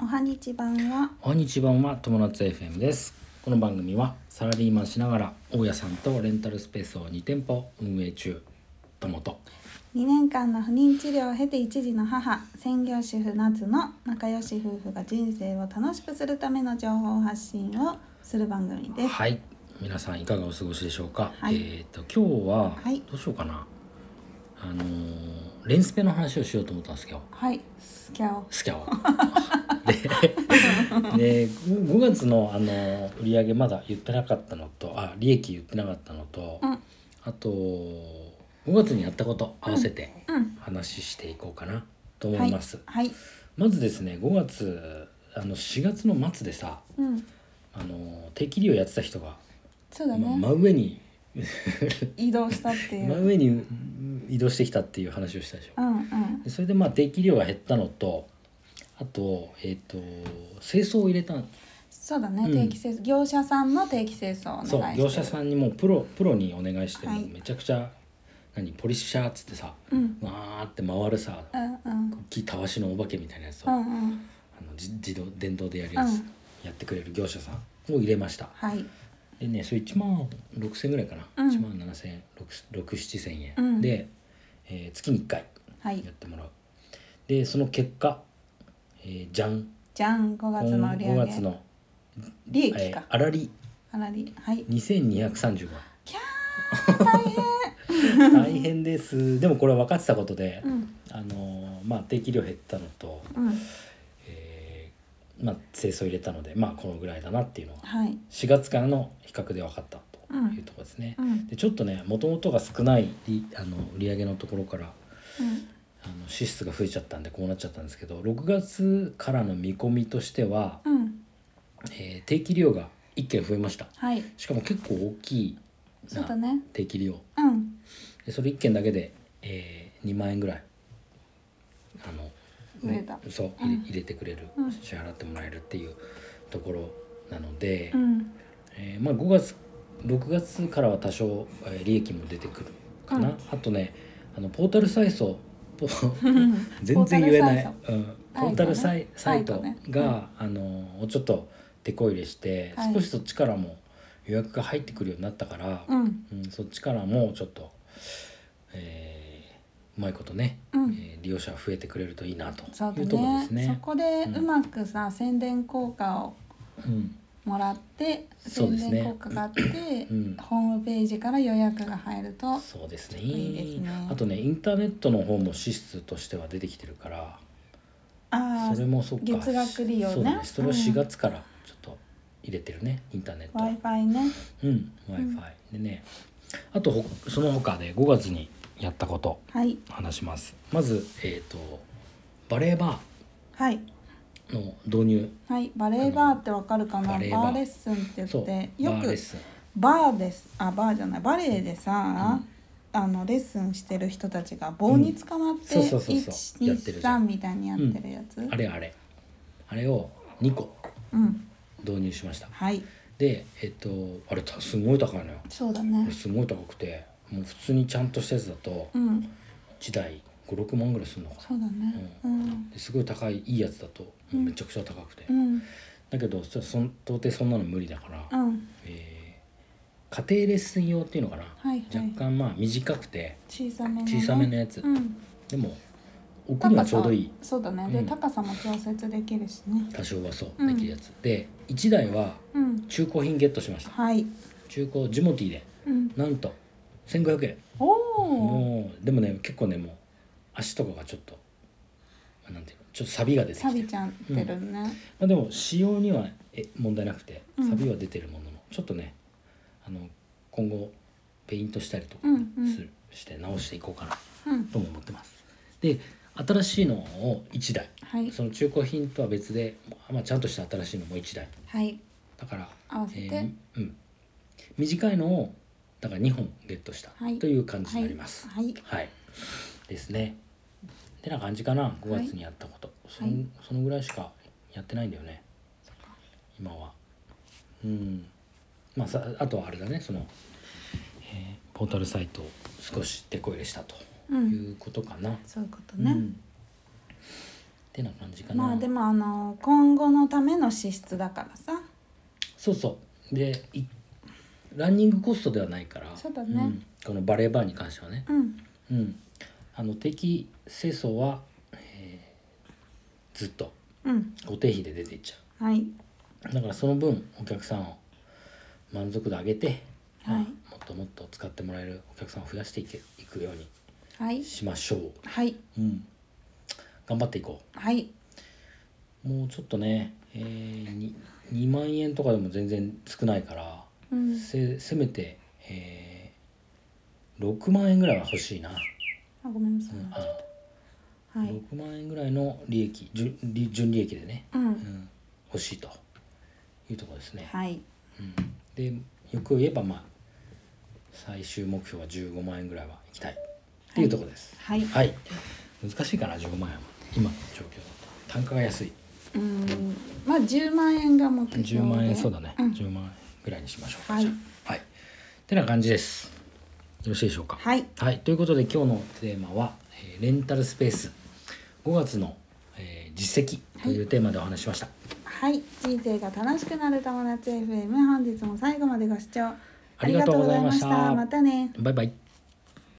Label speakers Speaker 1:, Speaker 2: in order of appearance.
Speaker 1: おはにちばんは
Speaker 2: こんにちは、友達 FM です。この番組はサラリーマンしながら大家さんとレンタルスペースを2店舗運営中友と
Speaker 1: 2年間の不妊治療を経て一児の母専業主婦夏の仲良し夫婦が人生を楽しくするための情報発信をする番組です。
Speaker 2: はい皆さんいかがお過ごしでしょうか、
Speaker 1: はい
Speaker 2: えっ、と今日は
Speaker 1: はい
Speaker 2: どうしようかな、あのーレンスペの話をしようと思ったんですけど
Speaker 1: はい、スキャオ。
Speaker 2: ス キャをでで5月の、あのー売り上げまだ言ってなかったのとあ利益言ってなかったのと、
Speaker 1: うん
Speaker 2: あと5月にやったこと合わせて、
Speaker 1: うん、
Speaker 2: 話していこうかなと思います、
Speaker 1: はい、
Speaker 2: まずですね5月あの4月の末でさ
Speaker 1: うん、
Speaker 2: あの定期利用やってた人が、
Speaker 1: そうだ
Speaker 2: ま
Speaker 1: ね。
Speaker 2: 真上に
Speaker 1: 移動したってい
Speaker 2: 真
Speaker 1: う。
Speaker 2: 上にうん移動してきたっていう話をしたでしょ
Speaker 1: うん、うん、
Speaker 2: でそれでまあ定期利用が減ったのとあとえっ、と清掃を入れた
Speaker 1: そうだね。
Speaker 2: うん
Speaker 1: 定期清掃、業者さんの定期清掃をお願いして
Speaker 2: そう
Speaker 1: る。
Speaker 2: 業者さんにもうプロプロにお願いして、
Speaker 1: はい
Speaker 2: めちゃくちゃ何ポリッシャーっつってさ
Speaker 1: うん、
Speaker 2: わーって回るさ
Speaker 1: うん、うん、
Speaker 2: 木たわしのお化けみたいなやつを、
Speaker 1: う
Speaker 2: あ
Speaker 1: ん、うん、
Speaker 2: のじ自動電動でやるやつ、
Speaker 1: うん
Speaker 2: やってくれる業者さんを入れました
Speaker 1: はい、
Speaker 2: でねそれ1万6,000円ぐらいかな、
Speaker 1: うん
Speaker 2: 1万7,000円6,7,000円、
Speaker 1: うん
Speaker 2: で、えー月に1回
Speaker 1: は
Speaker 2: や
Speaker 1: い
Speaker 2: っ。てもらうでその結果、えーじゃん
Speaker 1: じゃん、5月の売り
Speaker 2: 5
Speaker 1: 上
Speaker 2: 月
Speaker 1: げ。
Speaker 2: の、
Speaker 1: 利益
Speaker 2: え
Speaker 1: か
Speaker 2: ー、。あらり
Speaker 1: あらり、はい。
Speaker 2: 2235
Speaker 1: キャ
Speaker 2: 大変ですでもこれは分かってたことで、
Speaker 1: うん、
Speaker 2: あのーまあ定期量減ったのと、
Speaker 1: うん、
Speaker 2: えーまあ清掃入れたのでまあこのぐらいだなっていうのは
Speaker 1: はい。
Speaker 2: 4月からの比較で分かったというところですね、
Speaker 1: うん、
Speaker 2: でちょっとねもともとが少ないりあの売り上げのところから
Speaker 1: うん。
Speaker 2: あの支出が増えちゃったんでこうなっちゃったんですけど6月からの見込みとしては、
Speaker 1: うん、
Speaker 2: えー定期利用が1件増えました
Speaker 1: はい、
Speaker 2: しかも結構大きい
Speaker 1: そうだ
Speaker 2: な
Speaker 1: ね。
Speaker 2: 定期利用
Speaker 1: うん、
Speaker 2: でそれ1件だけで、えー2万円ぐらいあの
Speaker 1: 増えた
Speaker 2: そう入れ
Speaker 1: うん
Speaker 2: 入れてくれる、
Speaker 1: うん
Speaker 2: 支払ってもらえるっていうところなので、
Speaker 1: うん、
Speaker 2: えーまあ5月6月からは多少、えー利益も出てくるかな、
Speaker 1: うん
Speaker 2: あとねあのポータルサイソポ
Speaker 1: ポ
Speaker 2: 全
Speaker 1: ータ
Speaker 2: 然
Speaker 1: ル
Speaker 2: 言えない
Speaker 1: サイ
Speaker 2: うんポータルサイサ
Speaker 1: サイ
Speaker 2: イ
Speaker 1: ト
Speaker 2: ト
Speaker 1: ね
Speaker 2: が、あのちょっと手こ入れして、
Speaker 1: はい
Speaker 2: 少しそっちからも予約が入ってくるようになったから、
Speaker 1: うん、
Speaker 2: うんそっちからもちょっと、えーうまいことね、
Speaker 1: うん。
Speaker 2: えー利用者増えてくれるといいなと
Speaker 1: そうだ
Speaker 2: いうところです
Speaker 1: ね。そ
Speaker 2: ね。
Speaker 1: こでうまくさ、宣伝効果を
Speaker 2: うん
Speaker 1: もらって、
Speaker 2: そう
Speaker 1: 宣
Speaker 2: ですね
Speaker 1: 伝効果があって、
Speaker 2: うん
Speaker 1: ホームページから予約が入ると、
Speaker 2: そうですね
Speaker 1: いいですね
Speaker 2: あとねインターネットの方も支出としては出てきてるから
Speaker 1: ああ
Speaker 2: それ、もそっか
Speaker 1: 月額利用ね
Speaker 2: そうだねそれを
Speaker 1: うん
Speaker 2: 4月からちょっと入れてるね、インターネット
Speaker 1: Wi-Fi ね。
Speaker 2: うん w i
Speaker 1: ん
Speaker 2: f i でねあとほその他で5月にやったこと
Speaker 1: はい、
Speaker 2: 話しますまず、えー、とバレーバ
Speaker 1: はい。
Speaker 2: ーの導
Speaker 1: はい、バレーバーってわかるかなバ
Speaker 2: バ
Speaker 1: ー
Speaker 2: レーバー
Speaker 1: レッスンって
Speaker 2: 入
Speaker 1: 言
Speaker 2: そ
Speaker 1: っ
Speaker 2: う
Speaker 1: てよ
Speaker 2: バーレ
Speaker 1: く
Speaker 2: ッスン
Speaker 1: バーですあバーじゃないバレエでさ、あのレッスンしてる人たちが棒に捕まって
Speaker 2: うんそうそうそうそうやってるじゃ
Speaker 1: 123
Speaker 2: ん
Speaker 1: みたいにやってるやつ、
Speaker 2: あれあれあれを2個
Speaker 1: うん、
Speaker 2: 導入しました
Speaker 1: はい
Speaker 2: でえっ、とあれたすごい高いのよ
Speaker 1: そうだ
Speaker 2: こ
Speaker 1: ね
Speaker 2: れすごい高くてもう普通にちゃんとしたやつだと
Speaker 1: うん
Speaker 2: 1台56万ぐらいするのか
Speaker 1: そうだねうん
Speaker 2: なですごい高いいいやつだともうめちゃくちゃ高くて、
Speaker 1: うん
Speaker 2: だけどそそん到底そんなの無理だから、
Speaker 1: うん
Speaker 2: えー家庭レッスン用っていうのかな、
Speaker 1: はいはい
Speaker 2: 若干まあ短くて
Speaker 1: 小さめの、ね、
Speaker 2: 小さめのやつ、
Speaker 1: うん
Speaker 2: でも置くにはちょうどいい
Speaker 1: そうだねで、
Speaker 2: うん
Speaker 1: 高さも調節できるしね
Speaker 2: 多少はそう
Speaker 1: うん
Speaker 2: できるやつ、で1台は
Speaker 1: うん
Speaker 2: 中古品ゲットしました
Speaker 1: はい、
Speaker 2: 中古ジモティーで
Speaker 1: うん、
Speaker 2: なんと1500円
Speaker 1: おお
Speaker 2: もうでもね結構ねもう足とかがちょっとなんていうのちょっとサビが出てき
Speaker 1: 錆
Speaker 2: て
Speaker 1: びちゃってるね、
Speaker 2: まあ、でも使用にはえ問題なくて
Speaker 1: うん
Speaker 2: サビは出てるものの、ちょっとねあの今後ペイントしたりとか
Speaker 1: うんうん
Speaker 2: する、して直していこうかな
Speaker 1: うん、
Speaker 2: とも思ってますで新しいのを1台
Speaker 1: はい
Speaker 2: その中古品とは別で、まあ、ちゃんとした新しいのも1台
Speaker 1: はい
Speaker 2: だから
Speaker 1: 合わせて
Speaker 2: ーうん、短いのをだから2本ゲットした
Speaker 1: はい
Speaker 2: という感じになります
Speaker 1: はいはい
Speaker 2: はい、ですねてな感じかな5
Speaker 1: はい
Speaker 2: 月にやったこと、そ
Speaker 1: は
Speaker 2: の
Speaker 1: い
Speaker 2: そのぐらいしかやってないんだよね今はうんまあさあとはあれだねその、えーポータルサイトを少し手こ入れしたと
Speaker 1: う
Speaker 2: い
Speaker 1: ん
Speaker 2: うことかな、
Speaker 1: そういうこと
Speaker 2: う
Speaker 1: ね、
Speaker 2: んてな感じかな、
Speaker 1: まあでもあの今後のための支出だからさ
Speaker 2: そうそうでいランニングコストではないから
Speaker 1: そうだね
Speaker 2: んこのバレーバーに関してはね、
Speaker 1: うん
Speaker 2: うん、あの適清掃は、えーずっと
Speaker 1: うん
Speaker 2: 固定費で出ていっちゃ
Speaker 1: はい、
Speaker 2: うだからその分お客さんを満足度上げて、
Speaker 1: はい
Speaker 2: まあもっともっと使ってもらえるお客さんを増やしていけいくように
Speaker 1: はい
Speaker 2: しましょう、
Speaker 1: はい
Speaker 2: うん、頑張っていこ
Speaker 1: はい、
Speaker 2: うもうちょっとね、えー、に2万円とかでも全然少ないから
Speaker 1: うん、
Speaker 2: せせめて、えー、6万円ぐらいは欲しいな、
Speaker 1: あごめんなさ
Speaker 2: う
Speaker 1: い、
Speaker 2: んあ
Speaker 1: はい、
Speaker 2: 6万円ぐらいの利益純利純利益でね、
Speaker 1: う
Speaker 2: うんん、欲しいというところですね、
Speaker 1: はい
Speaker 2: うん、で欲を言えばまあ最終目標は15万円ぐらいは行きたいっていうところです
Speaker 1: はい
Speaker 2: はい、難しいかな15万円は今の状況だと単価が安い
Speaker 1: うんまあ10万円が目標で
Speaker 2: 10万円そうだね、
Speaker 1: ん
Speaker 2: 10万円ぐらいにしましょうか
Speaker 1: はい
Speaker 2: じゃあはいてな感じですよろしいでしょうか
Speaker 1: はい
Speaker 2: ということで今日のテーマは、えーレンタルスペース5月の、えー実績というテーマでお話ししました、
Speaker 1: はい人生が楽しくなる友達 FM 本日も最後までご視聴
Speaker 2: ありがとうございました
Speaker 1: ありがとうございましたまたね
Speaker 2: バイバイ